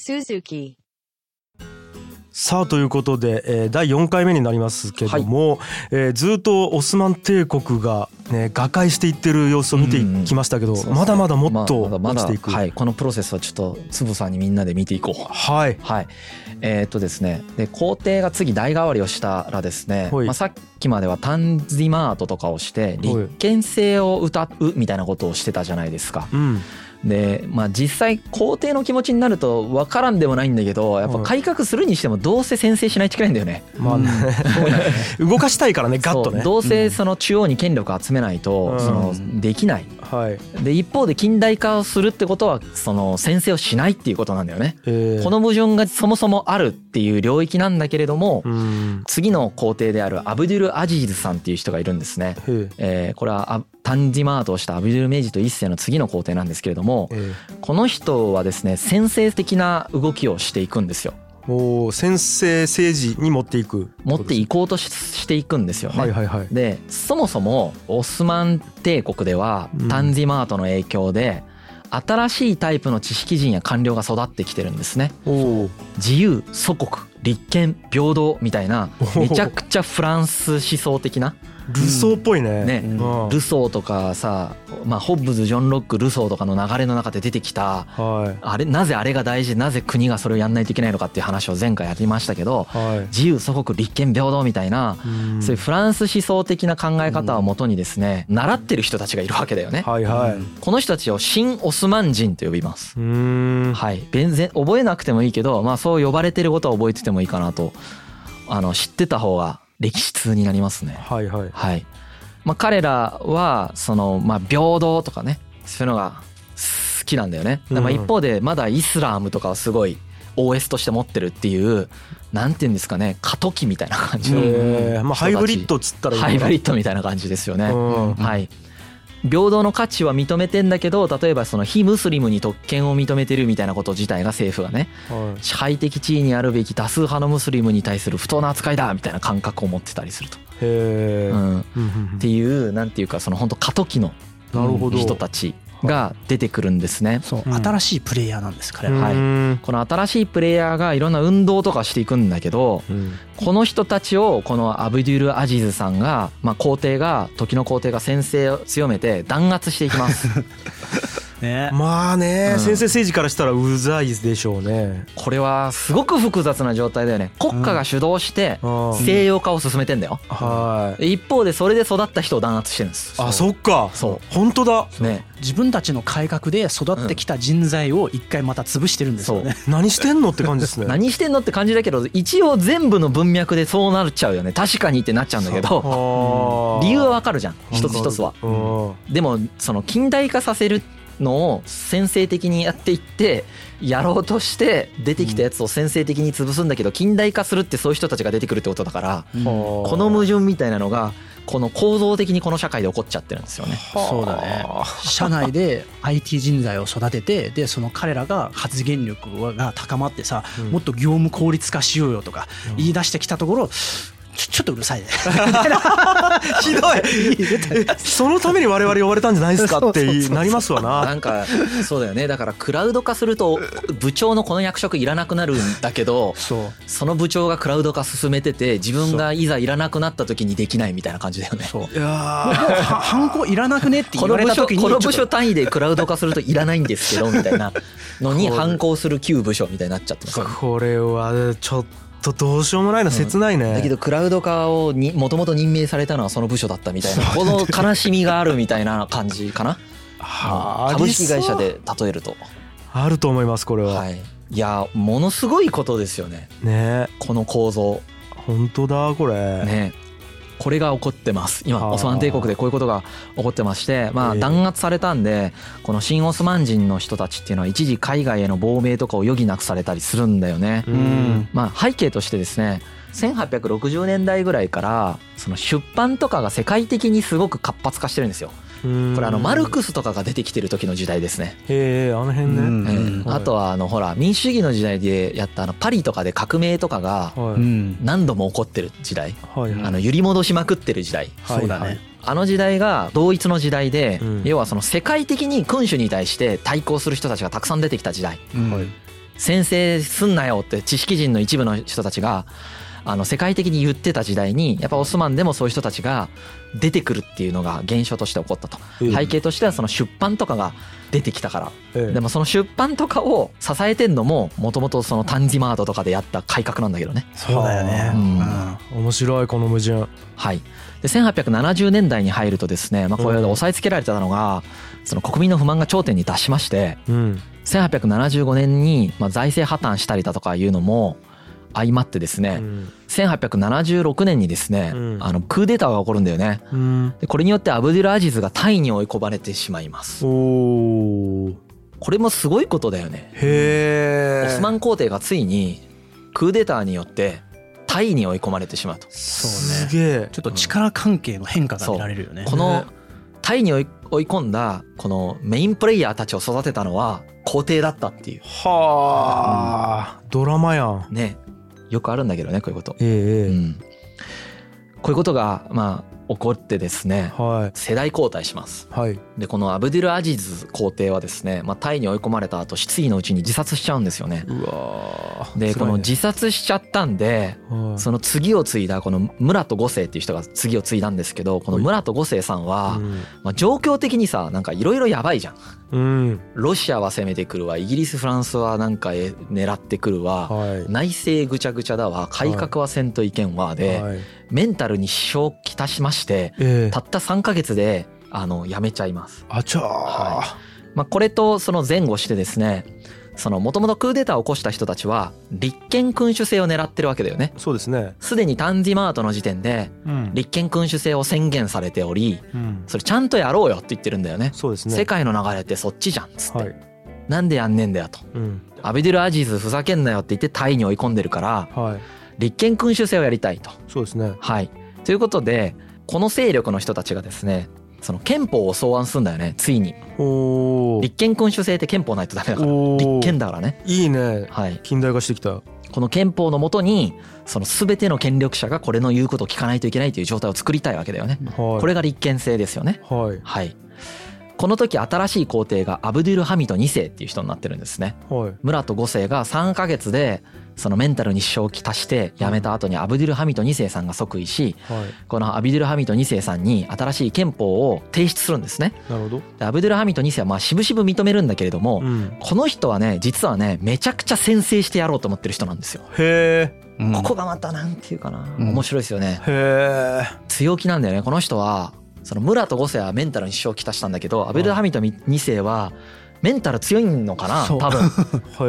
Suzuki さあということで、えー第4回目になりますけども、えーずっとオスマン帝国が、ね、瓦解していってる様子を見ていきましたけど、そうそうまだまだもっとまだま落だちていく。はい、このプロセスはちょっとつぶさんにみんなで見ていこう。 はいはい、えーっとですねで皇帝が次代替わりをしたらですね、はいまあ、さっきまではタンジマートとかをして立憲性を歌うみたいなことをしてたじゃないですか。うんで、まあ、実際皇帝の気持ちになると分からんでもないんだけどやっぱ改革するにしてもどうせ先制しないといけないんだよね。まあね 動かしたいからねガッと そうね。どうせその中央に権力を集めないと、うんそのできないはいで一方で近代化をするってことはその先制をしないっていうことなんだよね。えーこの矛盾がそもそもあるっていう領域なんだけれども、うん次の皇帝であるアブデュル・アジーズさんっていう人がいるんですね。へーえーこれはあタンジマートをしたアブデュル・メイジと一世の次の皇帝なんですけれどもえーこの人はですね先制的な動きをしていくんですよもう先制政治に持っていく持っていこうとししていくんですよね。はいはいはいでそもそもオスマン帝国ではうんタンジマートの影響で新しいタイプの知識人や官僚が育ってきてるんですね。おお自由祖国立憲平等みたいなおめちゃくちゃフランス思想的なルソーっぽいねねうんルソーとかさ、まあ、ホッブズジョン・ロックルソーとかの流れの中で出てきたはいあれなぜあれが大事なぜ国がそれをやんないといけないのかっていう話を前回やりましたけどはい自由祖国立憲平等みたいなうんそういうフランス思想的な考え方をもとにですね習ってる人たちがいるわけだよね。はいはいこの人たちを新オスマン人と呼びます。うーんはい、全然覚えなくてもいいけど、まあ、そう呼ばれてることは覚えててもいいかなとあの知ってた方が歴史通になりますね。はいはいはい。まあ、彼らは、その、まあ、平等とかね、そういうのが好きなんだよね。うんまあ、一方で、まだイスラームとかをすごい OS として持ってるっていう、なんていうんですかね、過渡期みたいな感じの。えーまあ人たちハイブリッドっつったらいいのハかイなブリッドみたいな感じですよね。うんはい。平等の価値は認めてんだけど例えばその非ムスリムに特権を認めてるみたいなこと自体が政府がねはい支配的地位にあるべき多数派のムスリムに対する不当な扱いだみたいな感覚を持ってたりすると、へえうん、うんっていうなんていうかその本当過渡期のなるほど人たちが出てくるんですね。そう、うん新しいプレイヤーなんです彼うら、はいーんこの新しいプレイヤーがいろんな運動とかしていくんだけどこの人たちをこのアブデュル・アジズさんが、まあ、皇帝が時の皇帝が先制を強めて弾圧していきます ねまあねうん先制政治からしたらうざいでしょうねこれはすごく複雑な状態だよね国家が主導してうん西洋化を進めてんだよはい一方でそれで育った人を弾圧してるんですあそっかそ本当だうね自分たちの改革で育ってきた人材を一回また潰してるんですよね。何してんのって感じですね何してんのって感じだけど一応全部の文脈でそうなっちゃうよね確かにってなっちゃうんだけどあー理由はわかるじゃん一つ一つはうんでもその近代化させるのを先制的にやっていってやろうとして出てきたやつを先制的に潰すんだけど近代化するってそういう人たちが出てくるってことだからうんこの矛盾みたいなのがこの構造的にこの社会で起こっちゃってるんですよね。そうだね社内で IT 人材を育ててでその彼らが発言力が高まってさ、うんもっと業務効率化しようよとか言い出してきたところちょちょっとうるさいねひどいそのために我々呼ばれたんじゃないですかっていなりますわななんかそうだよねだからクラウド化すると部長のこの役職いらなくなるんだけど そうその部長がクラウド化進めてて自分がいざいらなくなった時にできないみたいな感じだよね。そいうやはハンコいらなくねってこ言のわれ部た署時にこの部ちょ署っと単位でクラウド化するといらないんですけどみたいなの に反抗する旧部署みたいになっちゃってます。ーこれはちょっとどうしようもないな切ないねだけどクラウド化をにもともと任命されたのはその部署だったみたいなこの悲しみがあるみたいな感じか なはあ株式会社ありそうで例えると、あると思いますこれは、はい、いやものすごいことですよねねこの構造本当だこれ、ねこれが起こってます今はあオスマン帝国でこういうことが起こってましてまあええ弾圧されたんでこの新オスマン人の人たちっていうのは一時海外への亡命とかを余儀なくされたりするんだよね。うんまあ、背景としてですね1860年代ぐらいからその出版とかが世界的にすごく活発化してるんですよ。これあのマルクスとかが出てきてる時の時代ですね。へえあの辺ね、うんええうんあとはあのほら民主主義の時代でやったあのパリとかで革命とかがはい、うん何度も起こってる時代はいはいあの揺り戻しまくってる時代そうだねあの時代が同一の時代で、うん要はその世界的に君主に対して対抗する人たちがたくさん出てきた時代うんはい先制すんなよって知識人の一部の人たちがあの世界的に言ってた時代にやっぱオスマンでもそういう人たちが出てくるっていうのが現象として起こったと、ええ背景としてはその出版とかが出てきたから、ええでもその出版とかを支えてんのももともとそのタンジマードとかでやった改革なんだけどねそうだよねううんん面白いこの矛盾はい、で1870年代に入るとですね、まあ、これで押さえつけられてたのが、その国民の不満が頂点に達しましてうん1875年にまあ財政破綻したりだとかいうのも相まってですね、1876年にですね、うんあのクーデターが起こるんだよねうんでこれによってアブデュル・アジズがタイに追い込まれてしまいますおおーこれもすごいことだよねへえオスマン皇帝がついにクーデターによってタイに追い込まれてしまうとそうねすげえちょっと力関係の変化が見られるよねこのタイに追い追い込んだこのメインプレイヤーたちを育てたのは皇帝だったっていうはあ、ドラマやんねよくあるんだけどねこういうこと、ええうええん、こういうことがまあ起こってですねはい世代交代しますはいでこのアブディル・アジズ皇帝はですね、まあ、タイに追い込まれた後失意のうちに自殺しちゃうんですよねうわでこの自殺しちゃったんでその次を継いだこの村戸五世っていう人が次を継いだんですけどこの村戸五世さんは、まあ、状況的にさなんかいろいろやばいじゃんうん、うん、ロシアは攻めてくるわイギリスフランスはなんかえ狙ってくるわはい内政ぐちゃぐちゃだわ改革はせんといけんわではい、メンタルに支障をきたしましてええたった3ヶ月であの辞めちゃいます、あちゃー、はまあ、これとその前後してですねそのもともとクーデターを起こした人たちは立憲君主制を狙ってるわけだよねそうですねすでにタンジマートの時点でうん、立憲君主制を宣言されておりうん、それちゃんとやろうよって言ってるんだよねそうですね世界の流れってそっちじゃんっつって、はいなんでやんねんだよとうんアビデュル・アジーズふざけんなよって言ってタイに追い込んでるからはい立憲君主制をやりたいと。そうですねはい、ということでこの勢力の人たちがですねその憲法を草案するんだよねついにおお立憲君主制って憲法ないとダメだからお立憲だだからね、いいねはい、近代化してきたこの憲法のもとにその全ての権力者がこれの言うことを聞かないといけないという状態を作りたいわけだよねはいこれが立憲制ですよねはいはいこの時新しい皇帝がアブデュル・ハミド2世っていう人になってるんですねはい村と五世が3ヶ月でそのメンタルに支障をきたして辞めた後にアブディル・ハミト2世さんが即位しはいこのアブディル・ハミト2世さんに新しい憲法を提出するんですね。なるほどでアブディル・ハミト2世はまあ渋々認めるんだけれども、うんこの人はね実はねめちゃくちゃ先制してやろうと思ってる人なんですよ。へえうんここがまたなんていうかなうん面白いですよね。へえ強気なんだよねこの人はその村と五世はメンタルに支障をきたしたんだけどアブディル・ハミト2世はメンタル強いのかなそう多分へ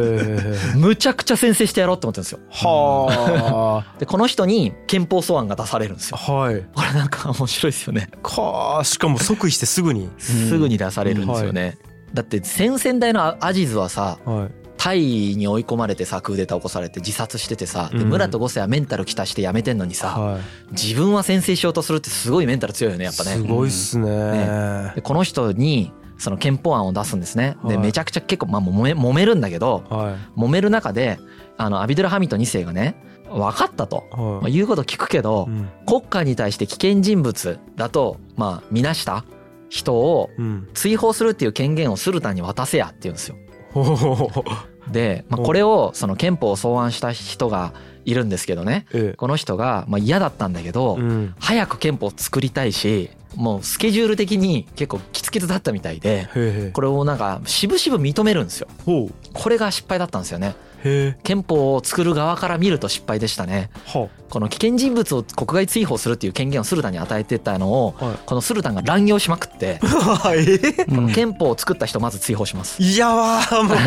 えむちゃくちゃ先制してやろうと思ってるんですよ。 はでこの人に憲法草案が出されるんですあよ。 はいこれなんか面白いですよね。かーしかも即位してすぐにすぐに出されるんですよね。だって先々代のアジズはさはいタイに追い込まれてさクーデター起こされて自殺しててさでうん村と五世はメンタルきたしてやめてんのにさはい自分は先制しようとするってすごいメンタル強いよねやっぱすね。ごいっすねでこの人にその憲法案を出すんですね。ではいめちゃくちゃ結構まあ揉め揉めるんだけどは揉める中であのアビドゥル・ハミト2世がね分かったといはまあい言うこと聞くけど、うん国家に対して危険人物だとまあ見なした人をうん追放するっていう権限をスルタンに渡せやって言うんですよ。ほほほほで、まあ、おこれをその憲法を草案した人がいるんですけどねえこの人がまあ嫌だったんだけえど、うん早く憲法作りたいしもうスケジュール的に結構キツキツだったみたいでへえへえこれをなんか渋々認めるんですよ。ほうこれが失敗だったんですよね。へえ憲法を作る側から見ると失敗でしたね。はこの危険人物を国外追放するっていう権限をスルタンに与えてたのを、はいこのスルタンが乱用しまく って、あえこのうん憲法を作った人をまず追放しま す。いやわーもう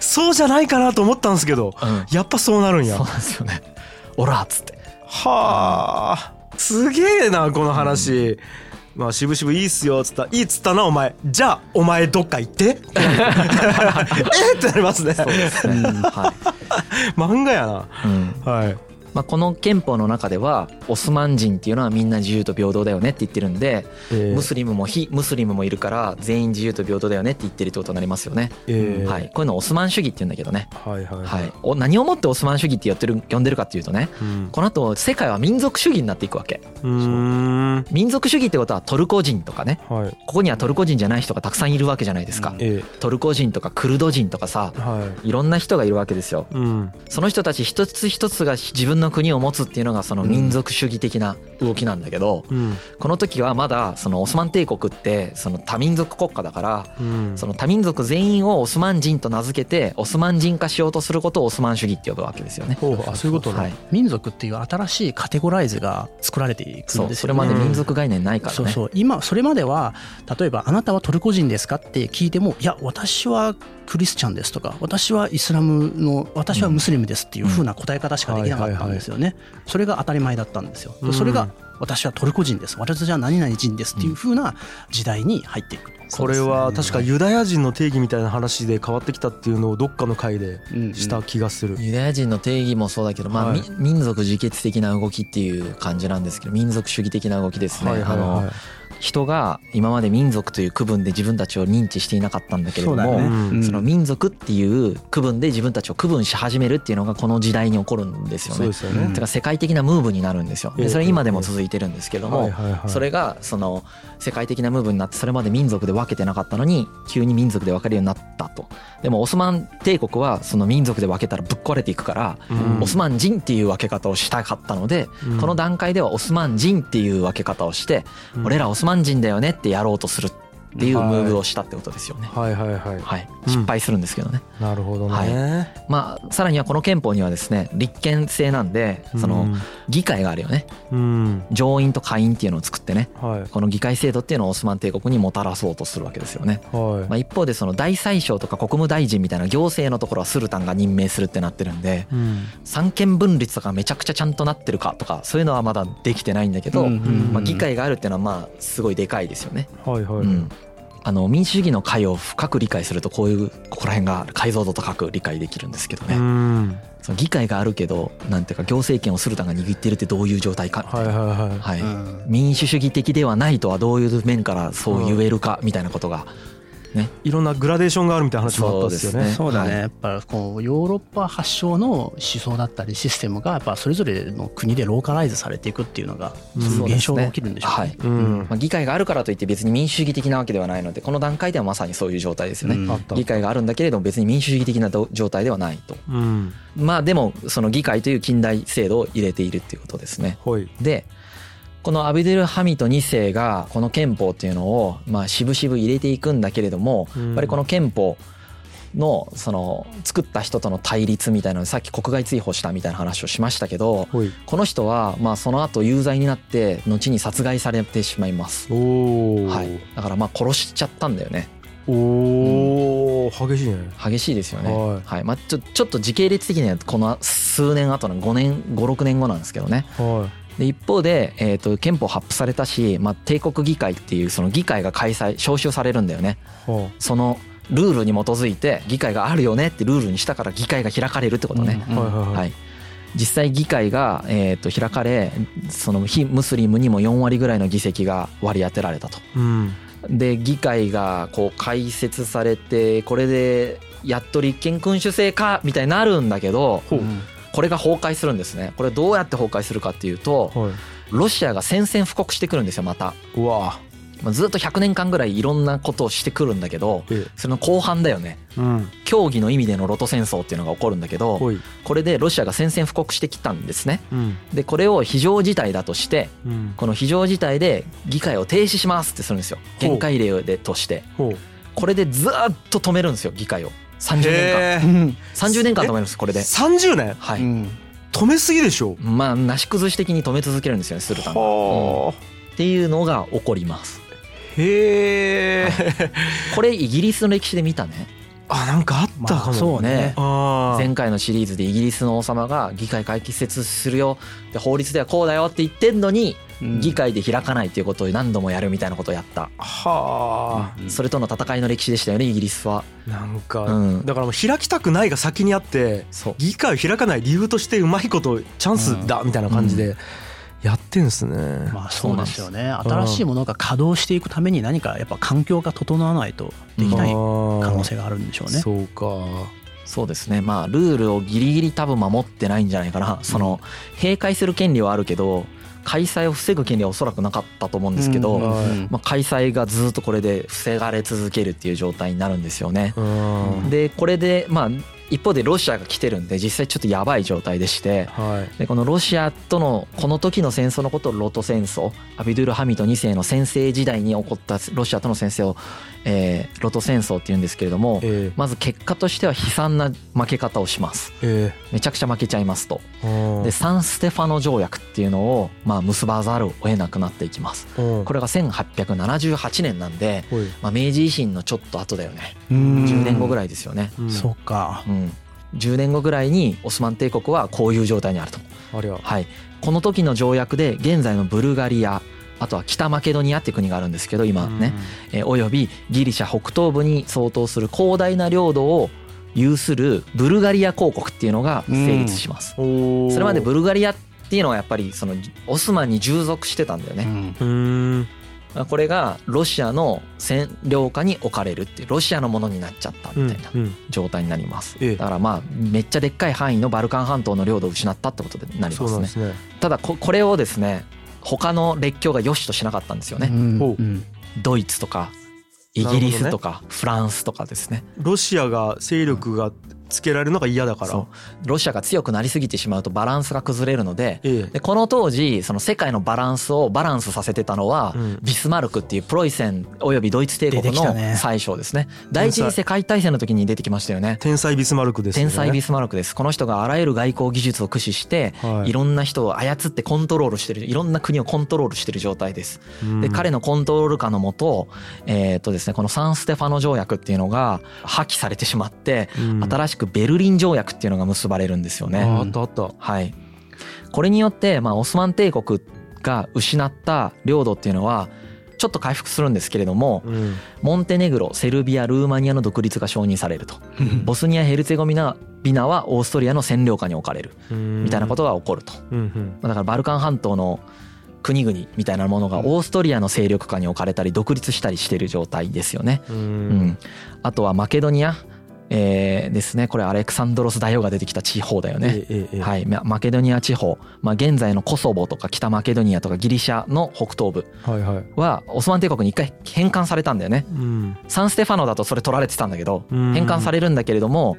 そうじゃないかなと思ったんですけどうん、やっぱそうなるんやそうなんですよね。オラっつって。はあすげえなこの話、まあしぶしぶいいっすよっつったいいっつったなお前じゃあお前どっか行って えっってなりますねそうですね。は。漫画やないうん。はいまあ、この憲法の中ではオスマン人っていうのはみんな自由と平等だよねって言ってるんで、えームスリムも非ムスリムもいるから全員自由と平等だよねって言ってるってことになりますよね。えーはい、こういうのをオスマン主義って言うんだけどね、はいはいはい、お何をもってオスマン主義って呼ってる呼んでるかっていうとねうんこの後世界は民族主義になっていくわけうーん民族主義ってことはトルコ人とかねはいここにはトルコ人じゃない人がたくさんいるわけじゃないですか、うんえトルコ人とかクルド人とかさーはいろんな人がいるわけですよいうんその人たち一つ一つが自分の国を持つっていうのがその民族主義的な動きなんだけど、うんこの時はまだそのオスマン帝国ってその多民族国家だからうんその多民族全員をオスマン人と名付けてオスマン人化しようとすることをオスマン主義って呼ぶわけですよね。ほうあそういうことはねい、民族っていう新しいカテゴライズが作られていくそんうですそれよね。まで民族概念ないからね。そうそう今それまでは例えば「あなたはトルコ人ですか?」って聞いても「いや私はクリスチャンです」とか「私はイスラムの私はムスリムです」っていう風な答え方しかできなかったんですよねそれが当たり前だったんですようんでそれが私はトルコ人です私は何々人ですっていう風な時代に入っていくこれは確かユダヤ人の定義みたいな話で変わってきたっていうのをどっかの回でした気がするユダヤ人の定義もそうだけど、まあはいみ民族自決的な動きっていう感じなんですけど民族主義的な動きですね。はいはいあはの人が今まで民族という区分で自分たちを認知していなかったんだけれどもそうだいうよねんその民族っていう区分で自分たちを区分し始めるっていうのがこの時代に起こるんですよそうねで。すようねんてか世界的なムーブになるんですよ。ええでそれ今でも続いてるんですけどはいもはいはいそれがその世界的なムーブになってそれまで民族で分けてなかったのに急に民族で分かるようになったと。でもオスマン帝国はその民族で分けたらぶっ壊れていくからうんオスマン人っていう分け方をしたかったのでうんこの段階ではオスマン人っていう分け方をしてうん俺らオスマン人だよねってやろうとするっていうムーブをしたってことですよね。はいはいははい、うん失敗するんですけどね、いなるほどね、はまあさらにはこの憲法にはですね立憲制なんでその議会があるよねうん、うん上院と下院っていうのを作ってねはいこの議会制度っていうのをオスマン帝国にもたらそうとするわけですよね、はい、まあ、一方でその大宰相とか国務大臣みたいな行政のところはスルタンが任命するってなってるんでうん三権分立とかめちゃくちゃちゃんとなってるかとかそういうのはまだできてないんだけど、まあ、議会があるっていうのはまあすごいでかいですよねはいはい、うん、あの民主主義の解を深く理解するとこういうここら辺が解像度高く理解できるんですけどね、うんその議会があるけどなんていうか行政権をスルタンが握ってるってどういう状態かみたはいいな、はいははいいうん民主主義的ではないとはどういう面からそう言えるかみたいなことが、いろんなグラデーションがあるみたいな話もあったんですよねそうそうだね、はいやっぱこうヨーロッパ発祥の思想だったりシステムがやっぱそれぞれの国でローカライズされていくっていうのがうんそういう現象が起きるんでしょうはねい。うん、まあ、議会があるからといって別に民主主義的なわけではないのでこの段階ではまさにそういう状態ですよね、うんあった議会があるんだけれども別に民主主義的など状態ではないとうんまあでもその議会という近代制度を入れているっていうことですねはいでこのアブデュル・ハミト2世がこの憲法っていうのをまあ渋々入れていくんだけれどもうんやっぱりこの憲法のその作った人との対立みたいなのさっき国外追放したみたいな話をしましたけどはいこの人はまあその後有罪になって後に殺害されてしまいます。おお、はい、だからまあ殺しちゃったんだよねおお、激しいね激しいですよね、ははいいまあ、ちょちょっと時系列的にはこの数年後の5年56年後なんですけどねはで一方で、えー、と憲法発布されたし、まあ、帝国議会っていうその議会が開催招集されるんだよねいはそのルールに基づいて議会があるよねってルールにしたから議会が開かれるってことね、あ、はいはいはい、はい実際議会が、えー、と開かれその非ムスリムにも4割ぐらいの議席が割り当てられたとうんで議会がこう開設されてこれでやっと立憲君主制かみたいになるんだけどほう、これが崩壊するんですねこれどうやって崩壊するかっていうとはいロシアが宣戦布告してくるんですよまたうわまあずっと100年間ぐらいいろんなことをしてくるんだけどえその後半だよねえうん競技の意味でのロト戦争っていうのが起こるんだけどほいこれでロシアが宣戦布告してきたんですねうんでこれを非常事態だとしてうんこの非常事態で議会を停止しますってするんですよほう限界令でとしてほうこれでずーっと止めるんですよ議会を30年間へうん30年間止めるんですこれえで30年はういん止めすぎでしょまあなし崩し的に止め続けるんですよねスルタンがうんっはあ、ていうのが起こりますへえ、これイギリスの歴史で見たねあなんかあったかも、そうねあー前回のシリーズでイギリスの王様が議会会期設するよで法律ではこうだよって言ってんのにうん議会で開かないっていうことを何度もやるみたいなことをやった、はうんそれとの戦いの歴史でしたよねイギリスはあなんか、うんだからもう開きたくないが先にあってそう議会を開かない理由としてうまいことチャンスだみたいな感じでやってんすね、まあそうですよね新しいものが稼働していくために何かやっぱ環境が整わないとできない可可能性があるんでしょうね。そうかそうですねまあルールをギリギリ多分守ってないんじゃないかなその閉会する権利はあるけど開催を防ぐ権利はおそらくなかったと思うんですけど、うんはいうんまあ、開催がずっとこれで防がれ続けるっていう状態になるんですよね。うんでこれでまあ一方でロシアが来てるんで実際ちょっとやばい状態でしてはいでこのロシアとのこの時の戦争のことをロト戦争アビドゥル・ハミト2世の先制時代に起こったロシアとの戦争を、えーロト戦争っていうんですけれどもえまず結果としては悲惨な負け方をしますええめちゃくちゃ負けちゃいますとえうんでサンステファノ条約っていうのをまあ結ばざるを得なくなっていきますうんこれが1878年なんでほいまあ、明治維新のちょっと後だよねうん10年後ぐらいですよね、うんそうかうん、10年後ぐらいにオスマン帝国はこういう状態にあると、ありゃはい、この時の条約で現在のブルガリアあとは北マケドニアっていう国があるんですけど今ね、えーおよびギリシャ北東部に相当する広大な領土を有するブルガリア公国っていうのが成立します、おおそれまでブルガリアっていうのはやっぱりそのオスマンに従属してたんだよね、うんうーんこれがロシアの占領下に置かれるっていうロシアのものになっちゃったみたいなうんうん状態になります、ええだからまあめっちゃでっかい範囲のバルカン半島の領土を失ったってことになりそまうなすんでねすねただここれをですね他の列強が良しとしなかったんですよね、ほううんドイツとかイギリスとかフランスとかですねロシアが勢力がつけられるのが嫌だからそうロシアが強くなりすぎてしまうとバランスが崩れるのでええでこの当時その世界のバランスをバランスさせてたのは、うんビスマルクっていうプロイセンおよびドイツ帝国出てきたのね最相ですね第一次世界大戦の時に出てきましたよね天才ビスマルクですよね天才ビスマルクですこの人があらゆる外交技術を駆使してはいいろんな人を操ってコントロールしてるいろんな国をコントロールしてる状態ですうんで彼のコントロール下のもとえっとですねこのサンステファノ条約っていうのが破棄されてしまってうん新しくベルリン条約っていうのが結ばれるんですよねああったあったはい、これによって、まあ、オスマン帝国が失った領土っていうのはちょっと回復するんですけれどもうんモンテネグロセルビアルーマニアの独立が承認されるとボスニア・ヘルツェゴビナビナはオーストリアの占領下に置かれるみたいなこととが起こると、まうんうんあだからバルカン半島の国々みたいなものがオーストリアの勢力下に置かれたり独立したりしてる状態ですよね。ううんん、あとはマケドニア、えーですねこれアレクサンドロス大王が出てきた地方だよね。ええええいはい、まマケドニア地方、まあ、現在のコソボとか北マケドニアとかギリシャの北東部はいはいはオスマン帝国に一回返還されたんだよねうんサンステフ還だとそれ取られてたんだけどうん返還されるんだけれども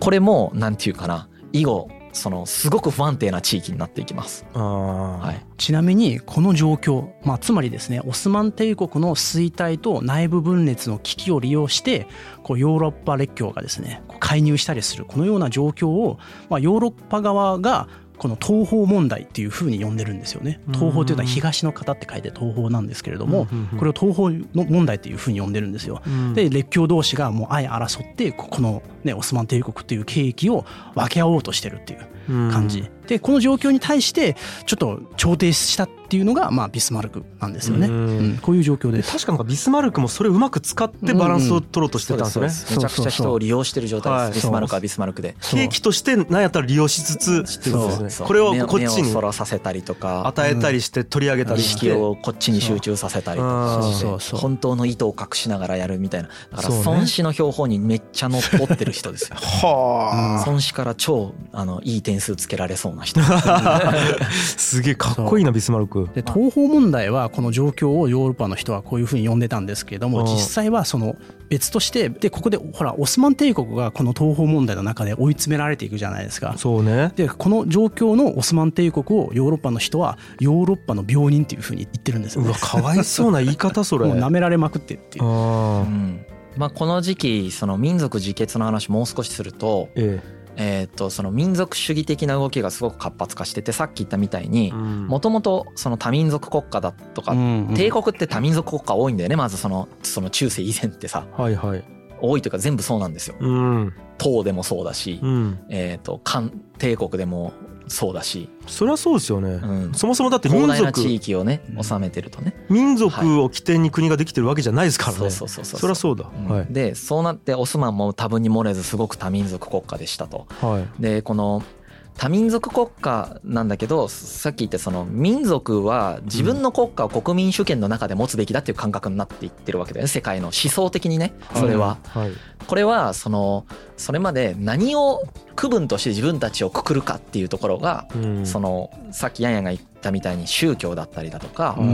これもなんていうかな以後そのすごく不安定な地域になっていきます、ああはい、ちなみにこの状況、まあ、つまりですねオスマン帝国の衰退と内部分裂の危機を利用してこうヨーロッパ列強がですねこう介入したりするこのような状況を、まあ、ヨーロッパ側がこの東方問題っていうふうに呼んでるんですよね。東方というのは東の方って書いて東方なんですけれどもうんうんうんこれを東方の問題っていうふうに呼んでるんですよ。うんで列強同士がもう相争ってここの、ね、オスマン帝国という契機を分け合おうとしてるっていう感じ、でこの状況に対してちょっと調停したっていうのが、まあ、ビスマルクなんですよね、ううんんこういう状況でです。確かなんかビスマルクもそれをうまく使ってバランスを取ろうとしてたんですよね。めちゃくちゃ人を利用してる状態です、そうそうそうビスマルクはビスマルクで。そう契機として何やったら利用しつつっていうことですねそうこれを目こっち目をにそらさせたりとか与えたりして取り上げた意りして識をこっちに集中させたりとうかんしてそうそうそう本当の意図を隠しながらやるみたいなだかそうらね孫子の標本にめっちゃ乗っ取ってる人です よは孫子から超あのいい点数つけられそうな 人あ すげえかっこいいなビスマルク。で東方問題はこの状況をヨーロッパの人はこういうふうに呼んでたんですけれどうもん実際はその別としてでここでほらオスマン帝国がこの東方問題の中で追い詰められていくじゃないですか。そうねでこの状況のオスマン帝国をヨーロッパの人はヨーロッパの病人っていうふうに言ってるんですようねわ。かわいそうな言い方それ。もう舐められまくってるっていう。うああんまあ、この時期その民族自決の話もう少しすると,、ええー、とその民族主義的な動きがすごく活発化しててさっき言ったみたいえにもともとその多民族国家だとか、うんうん帝国って多民族国家多いんだよねまずそのその中世以前ってさはいはい。多いというか全部そうなんですよ。うん唐でもそうだし、うんえー、と漢帝国でもそうだし、そりゃそうですよね、うん、そもそもだって民広大な地族域をねうん治めてるとね。民族を起点に国ができてるわけじゃないですからね、そうそうそうそうそりゃそうだ、うんはいでそうなってオスマンも多分に漏れずすごく多民族国家でしたと。はいでこの多民族国家なんだけどさっき言ったその民族は自分の国家を国民主権の中で持つべきだっていう感覚になっていってるわけだよね世界の思想的にねそれは。はい、これはそのそれまで何を区分として自分たちをくくるかっていうところがうんそのさっきヤンヤンが言ったみたいに宗教だったりだとかうんう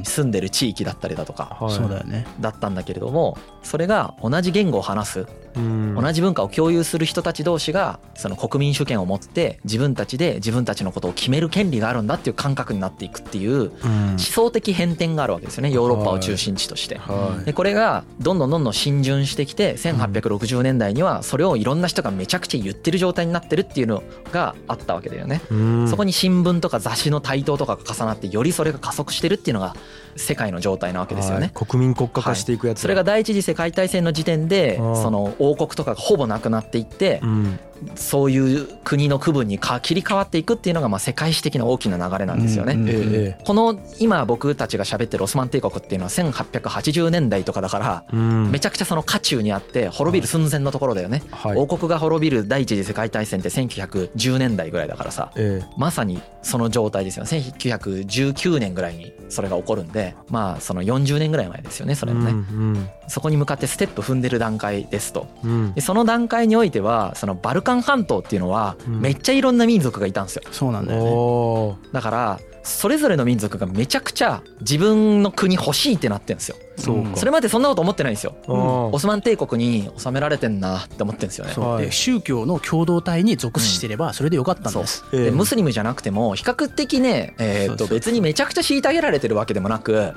ん住んでる地域だったりだとかはいそうだよねだったんだけれどもそれが同じ言語を話すうん同じ文化を共有する人たち同士がその国民主権を持って自分たちで自分たちのことを決める権利があるんだっていう感覚になっていくっていううん思想的変遷があるわけですよねヨーロッパを中心地として。はでこれがどんどんどんどん浸潤してきて1860年代にはそれをいろんな人がめちゃくちゃ言ってる状態になってるっていうのがあったわけだよね。いうんそこに新聞とか雑誌の台頭とかが重なってよりそれが加速してるっていうのが世界の状態なわけですよね。はい国民国家化していくやつ、それが、第一次世界大戦の時点であーその王国とかがほぼなくなっていってうん、そういう国の区分にか切り替わっていくっていうのがまあ世界史的な大きな流れなんですよね。うんうんえええこの今僕たちが喋ってるオスマン帝国っていうのは1880年代とかだからえうんめちゃくちゃその渦中にあって滅びる寸前のところだよね。はい王国が滅びる第一次世界大戦って1910年代ぐらいだからさえまさにその状態ですよね1919年ぐらいにそれが起こるんでまあその40年ぐらい前ですよねそえれもね、うんそこに向かってステップ踏んでる段階ですとうんうんでその段階においてはそのバルカン半島っていうのはうんめっちゃいろんな民族がいたんですよそうなんだよねおーだからそれぞれの民族がめちゃくちゃ自分の国欲しいってなってるんですよそうかそれまでそんなこと思ってないんですよあーオスマン帝国に治められてんなって思ってるんですよねそうはいで宗教の共同体に属してればそれでよかったんですええでムスリムじゃなくても比較的ねえーそうとそうそう別にめちゃくちゃ虐げられてるわけでもなくはい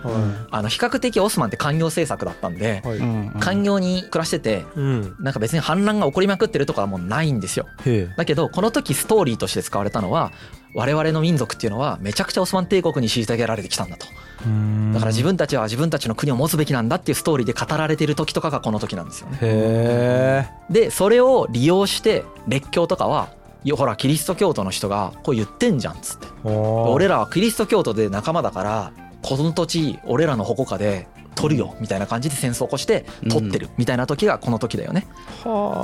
あの比較的オスマンって官僚政策だったんではいうんうん官僚に暮らしててうんなんか別に反乱が起こりまくってるとかはもうないんですよへえだけどこの時ストーリーとして使われたのは我々の民族っていうのはめちゃくちゃオスマン帝国に虐げられてきたんだとだから自分たちは自分たちの国を持つべきなんだっていうストーリーで語られてる時とかがこの時なんですよねへでそれを利用して列強とかはいやほらキリスト教徒の人がこう言ってんじゃんっつってえ俺俺らはキリスト教徒で仲間だからこの土地俺らの保護下で取るよみたいな感じで戦争を起こして取ってるみたいな時がこの時だよね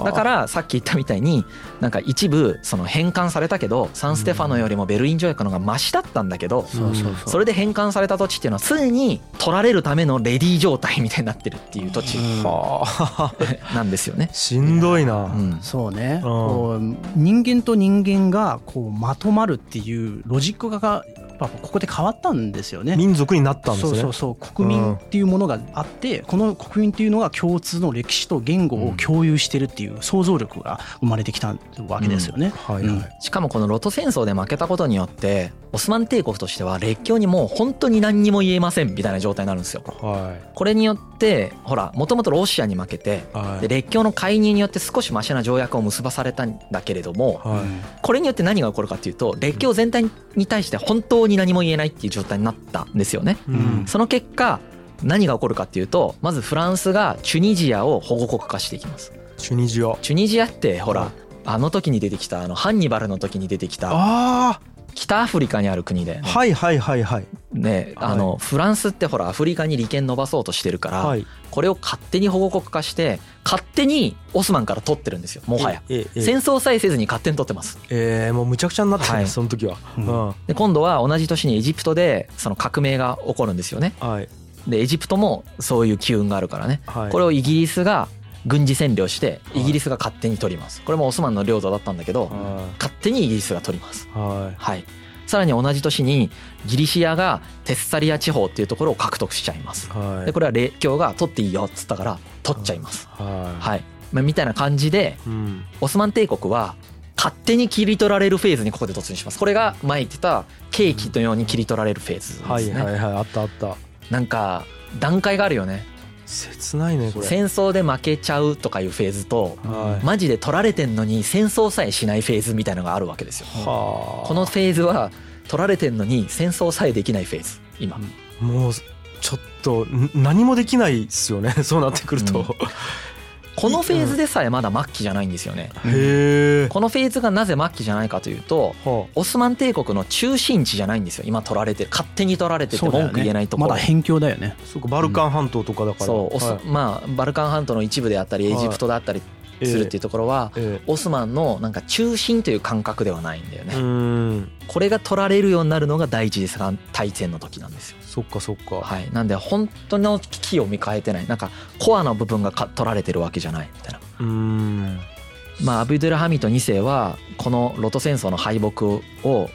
だからさっき言ったみたいになんか一部その返還されたけどサンステファノよりもベルリン条約の方がマシだったんだけどそうそうそうそれで返還された土地っていうのは常に取られるためのレディー状態みたいになってるっていう土地うんはあ なんですよね。しんどいなうんそうね、んこう人間と人間がこうまとまるっていうロジックががやっぱここで変わったんですよね。民族になったんですそうねそうそう国民っていうものがあって、この国民っていうのが共通の歴史と言語を共有してるっていう想像力が生まれてきたわけですよね。はいはいしかもこのロト戦争で負けたことによってオスマン帝国としては列強にもう本当に何にも言えませんみたいな状態になるんですよ。はいこれによってほらもともとロシアに負けてはでい列強の介入によって少しマシな条約を結ばされたんだけれどもうんはいこれによって何が起こるかっていうと列強全体に対して本当に何も言えないっていう状態になったんですよね。うんその結果何が起こるかっていうとまずフランスがチュニジアを保護国化していきます。チュニジアチュニジアってほはいらあの時に出てきたあのハンニバルの時に出てきたあ北アフリカにある国であはいはいはいはいねあのフランスってほらアフリカに利権伸ばそうとしてるからいこれを勝手に保護国化して勝手にオスマンから取ってるんですよもはやえええ戦争さえせずに勝手に取ってますえーもうむちゃくちゃになってはねいその時はううんんはで今度は同じ年にエジプトでその革命が起こるんですよねいでエジプトもそういう機運があるからねはいこれをイギリスが軍事占領してはいイギリスが勝手に取りますこれもオスマンの領土だったんだけどは勝手にイギリスが取りますいははいさらに同じ年にギリシアがテッサリア地方っていうところを獲得しちゃいますいはいでこれは列強が取っていいよっつったから取っちゃいます。はいはい、まあみたいな感じでうんオスマン帝国は勝手に切り取られるフェーズにここで突入します。これが前言ってたケーキのように切り取られるフェーズですね。はいはいはいあったあったなんか段階があるよね。切ないねこれ戦争で負けちゃうとかいうフェーズとはいマジで取られてんのに戦争さえしないフェーズみたいのがあるわけですよ。はあこのフェーズは取られてんのに戦争さえできないフェーズ今。 もうちょっとん何もできないっすよねそうなってくると、うんこのフェーズでさえまだ末期じゃないんですよね。へえ。このフェーズがなぜ末期じゃないかというとはオスマン帝国の中心地じゃないんですよ今取られて勝手に取られててそうだよ文句ね言えないとこまろだ辺境だよねあ、そうかバルカン半島とかだから。そうオス、はいまあバルカン半島の一部であったりエジプトだったりするっていうところは、えオスマンのなんか中心という感覚ではないんだよね、えうーん。これが取られるようになるのが第一次世界大戦の時なんですよそっかそっか。はいなんで本当の危機を見変えてないなんかコアな部分がか取られてるわけじゃないみたいなうーん。まあアブドゥルハミッド2世はこのロト戦争の敗北を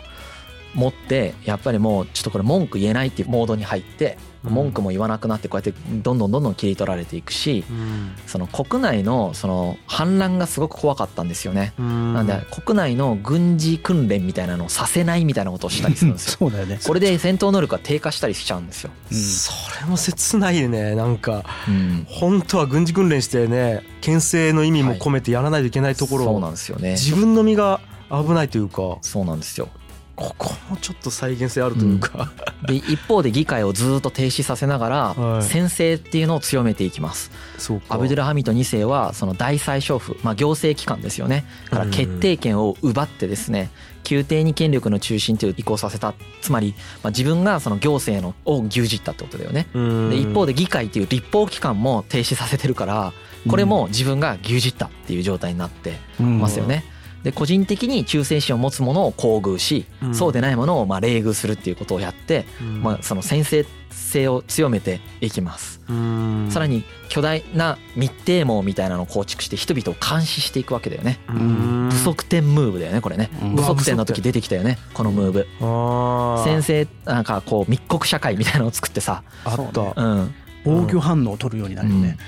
持ってやっぱりもうちょっとこれ文句言えないっていうモードに入ってうん文句も言わなくなってこうやってどんどんどんどん切り取られていくしうん。その国内のその反乱がすごく怖かったんですよね。ななんで国内の軍事訓練みたいなのをさせないみたいなことをしたりするんですよ。そうだよねこれで戦闘能力が低下したりしちゃうんですよ。うんそれも切ないねなんかうん、本当は軍事訓練してね牽制の意味も込めてやらないといけないところそうをなんですよね。自分の身が危ないというかそうなんですよ。ここもちょっと再現性あるというか、で一方で議会をずっと停止させながはらい先制っていうのを強めていきます。そうかアブドゥルハミッド2世はその大宰相府、まあ、行政機関ですよねからうん決定権を奪ってですね宮廷に権力の中心という移行させたつまり、まあ、自分がその行政のを牛耳ったってことだよね。うんで一方で議会っていう立法機関も停止させてるからこれも自分が牛耳ったっていう状態になってますよね。で個人的に忠誠心を持つ者を厚遇しうんそうでない者をまあ冷遇するっていうことをやって、うんまあ、その先制性を強めていきます。うんさらに巨大な密閉網みたいなのを構築して人々を監視していくわけだよね。うん不足点ムーブだよねこれね。うん不足点の時うわ出てきたよねこのムーブ。あー先制なんかこう密告社会みたいなのを作ってさ、あった、うん、防御反応を取るようになるよね、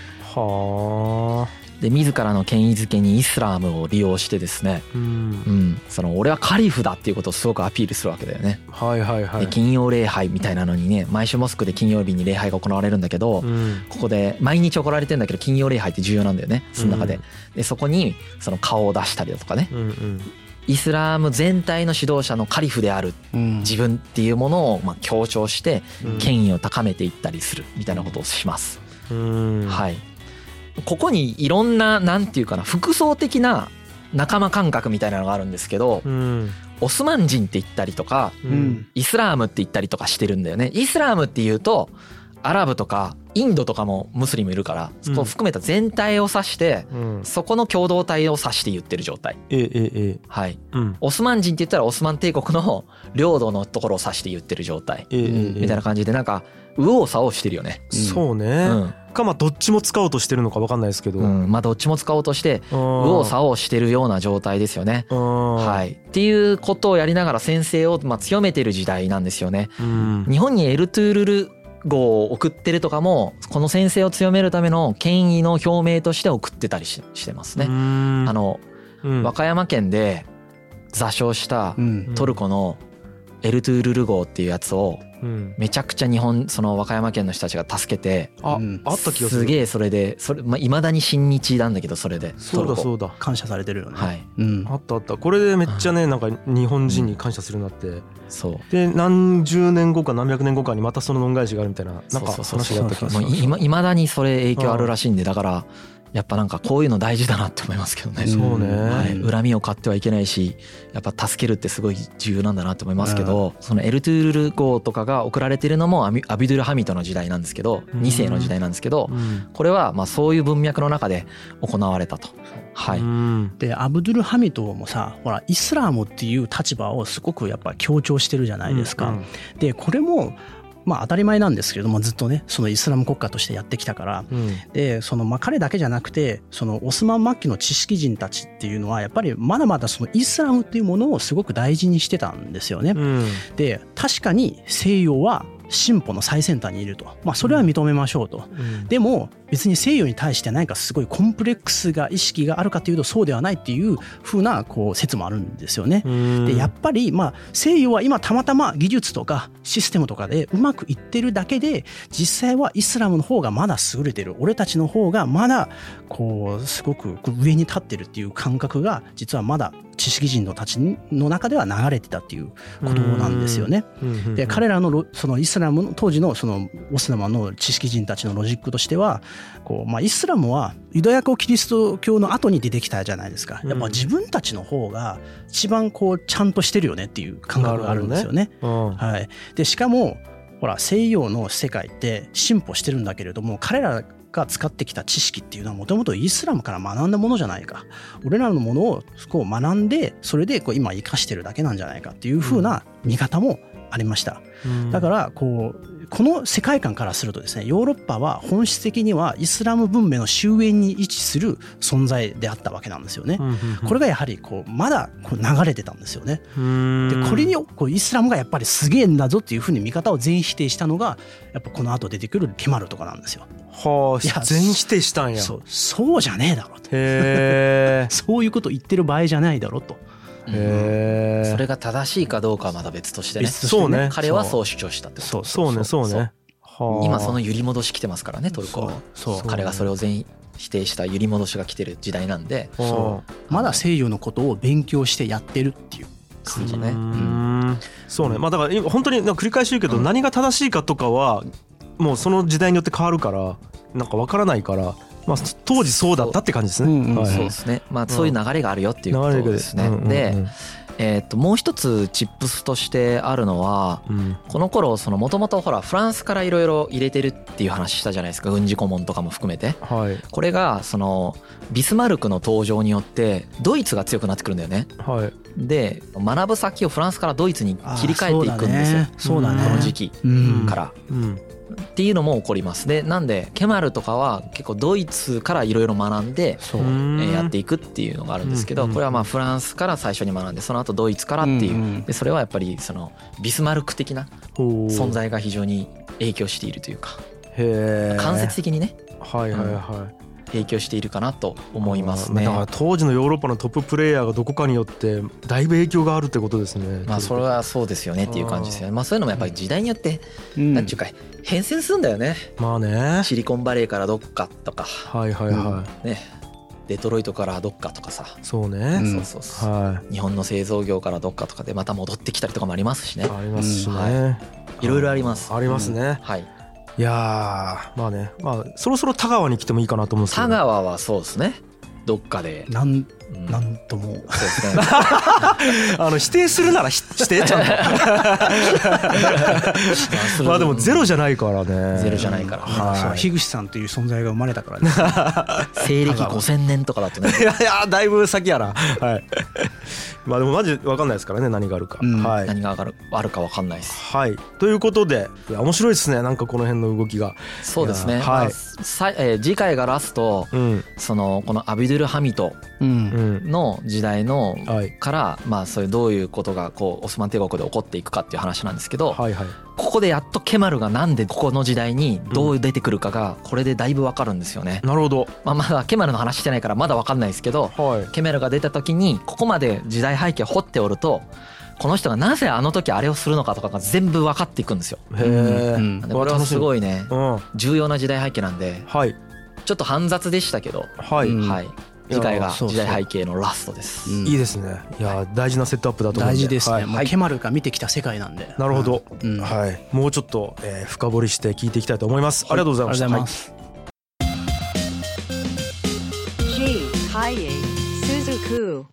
はあで自らの権威づけにイスラームを利用してですね、うんうん、その俺はカリフだっていうことをすごくアピールするわけだよね。はいはいはでい金曜礼拝みたいなのにね毎週モスクで金曜日に礼拝が行われるんだけど、うんここで毎日怒られてんだけど金曜礼拝って重要なんだよねその中で,、うんでそこにその顔を出したりだとかねうんうんイスラム全体の指導者のカリフであるうん自分っていうものをまあ強調してうん権威を高めていったりするみたいなことをします。うんはい、ここにいろんななんていうかな服装的な仲間感覚みたいなのがあるんですけどうんオスマン人って言ったりとかううんんイスラームって言ったりとかしてるんだよねイスラームっていうとアラブとかインドとかもムスリムいるからそこを含めた全体を指してうんそこの共同体を指して言ってる状態ええええはいうんオスマン人って言ったらオスマン帝国の 領土のところを指して言ってる状態ええええうんええみたいな感じでなんか右往左往してるよねそうね、うん、かまあどっちも使おうとしてるのか分かんないですけど、うん、まあどっちも使おうとして右往左往してるような状態ですよねは、はいいっていうことをやりながら先生をまあ強めてる時代なんですよねうん日本にエルトゥールル号を送ってるとかもこの先生を強めるための権威の表明として送ってたりししてますね。あのうん和歌山県で座礁したうんトルコのエルトゥールル号っていうやつをうんめちゃくちゃ日本その和歌山県の人たちが助けてあ、うんあった気がするすげえそれでそれまあ、未だに親日なんだけどそれでそうトルだコそうだ感謝されてるよね、はいうんあったあったこれでめっちゃねなんか日本人に感謝するようになってそうで何十年後か何百年後かにまたその恩返しがあるみたいななんかそうそう話そがあうった気がもすうるいまだにそれ影響あるらしいんでだからやっぱなんかこういうの大事だなって思いますけどね。んそうね、はい、うん恨みを買ってはいけないしやっぱ助けるってすごい重要なんだなと思いますけど、そのエルトゥールル号とかが送られてるのもアミアビドゥルハミトの時代なんですけどうん2世の時代なんですけどうんこれはまあそういう文脈の中で行われたと。はいうんでアブドゥルハミドもさほらイスラームっていう立場をすごくやっぱ強調してるじゃないですか。うんでこれもまあ当たり前なんですけれどもずっとねそのイスラム国家としてやってきたからうんでそのまあ彼だけじゃなくてそのオスマン末期の知識人たちっていうのはやっぱりまだまだそのイスラムっていうものをすごく大事にしてたんですよね。うんで確かに西洋は進歩の最先端にいると、まあ、それは認めましょうと。うんでも別に西洋に対して何かすごいコンプレックスが意識があるかというとそうではないっていう風なこう説もあるんですよね。うんでやっぱりまあ西洋は今たまたま技術とかシステムとかでうまくいってるだけで実際はイスラムの方がまだ優れてる俺たちの方がまだこうすごく上に立ってるっていう感覚が実はまだ知識人のたちの中では流れてたっていうことなんですよね。で彼らのそのイスラムの当時のそのオスマの知識人たちのロジックとしてはこう、まあ、イスラムはユダヤ教キリスト教の後に出てきたじゃないですかやっぱ自分たちの方が一番こうちゃんとしてるよねっていう感覚があるんですよね。ねうん、はい、でしかもほら西洋の世界って進歩してるんだけれども彼らが使ってきた知識っていうのはもともとイスラムから学んだものじゃないか俺らのものをこう学んでそれでこう今生かしてるだけなんじゃないかっていうふうな見方もありました、うん、だからこうこの世界観からするとですねヨーロッパは本質的にはイスラム文明の終焉に位置する存在であったわけなんですよね、これがやはりこうまだこう流れてたんですよねでこれにこうイスラムがやっぱりすげえんだぞっていうふうに見方を全否定したのがやっぱこの後出てくるケマルとかなんですよはあ、いや全否定したんやそうそうじゃねえだろとへそういうこと言ってる場合じゃないだろとへそれが正しいかどうかはまた別としてねそうね彼はそう主張したってそうそうねそうね今その揺り戻し来てますからねトルコはそう彼がそれを全員否定した揺り戻しが来てる時代なんでそうまだ西洋のことを勉強してやってるっていう感じねうんそうねまあだから本当に繰り返し言うけど何が正しいかとかはもうその時代によって変わるからなんか分からないからまあ、当時そうだったって感じですね。そう,、ですね。まあ、そういう流れがあるよっていうことですね。で、えっ、と、もう一つチップスとしてあるのは。うん、この頃、そのもともとほら、フランスからいろいろ入れてるっていう話したじゃないですか。軍事顧問とかも含めて。はい、これが、そのビスマルクの登場によって、ドイツが強くなってくるんだよね。はい、で、学ぶ先をフランスからドイツに切り替えていくんですよ。そうだね。この時期から。うん、うんっていうのも起こりますでなんでケマルとかは結構ドイツからいろいろ学んでやっていくっていうのがあるんですけどこれはまあフランスから最初に学んでその後ドイツからっていうでそれはやっぱりそのビスマルク的な存在が非常に影響しているというか間接的にね。はいはいはい、影響しているかなと思いますね。だから当時のヨーロッパのトッププレーヤーがどこかによってだいぶ影響があるってことですね。まあそれはそうですよねっていう感じですよね。まあそういうのもやっぱり時代によってなんちゅうか変遷するんだよね。まあね。シリコンバレーからどっかとか。。はいはいはいね。デトロイトからどっかとかさ。そうね。そうそうそう。、はい日本の製造業からどっかとかでまた戻ってきたりとかもありますしね。ありますしね。いろいろあります。ありますね。はい。いやまあねまあそろそろ田川に来てもいいかなと思うんですけど、ね、田川はそうですねどっかでなん、うん、なんとも、ね、あの否定するなら してちゃんとまあでもゼロじゃないからねゼロじゃないから、ね、はい、樋口さんという存在が生まれたからね西暦5000年とかだとね いやいやだいぶ先やなはい まあでもマジ分かんないですからね何があるか、うん、はい、何があるあるか分かんないです。はい、ということでいや面白いですねなんかこの辺の動きが。そうですね、はいまあ、さえー、次回がラスト、うん、そのこのアビドゥル・ハミトの時代の、から、まあ、そういうどういうことがこうオスマン帝国で起こっていくかっていう話なんですけど、はいはい、ここでやっとケマルがなんでここの時代にどう出てくるかがこれでだいぶわかるんですよね。なるほど。まあまだケマルの話してないからまだわかんないですけど、はい、ケマルが出た時にここまで時代背景を掘っておると。この人がなぜあの時あれをするのかとかが全部分かっていくんですよ。へえ、うん。これはすごいね、うん、重要な時代背景なんで、はい、ちょっと煩雑でしたけど、はい、うん、はい、次回が時代背景のラストです。いいですね。いや大事なセットアップだと思うんで。大事ですね。はい、ケマルが見てきた世界なんで。なるほど。うん、はい。もうちょっと、えー、深掘りして聞いていきたいと思います。ありがとうございました。はい、G ハイエスズク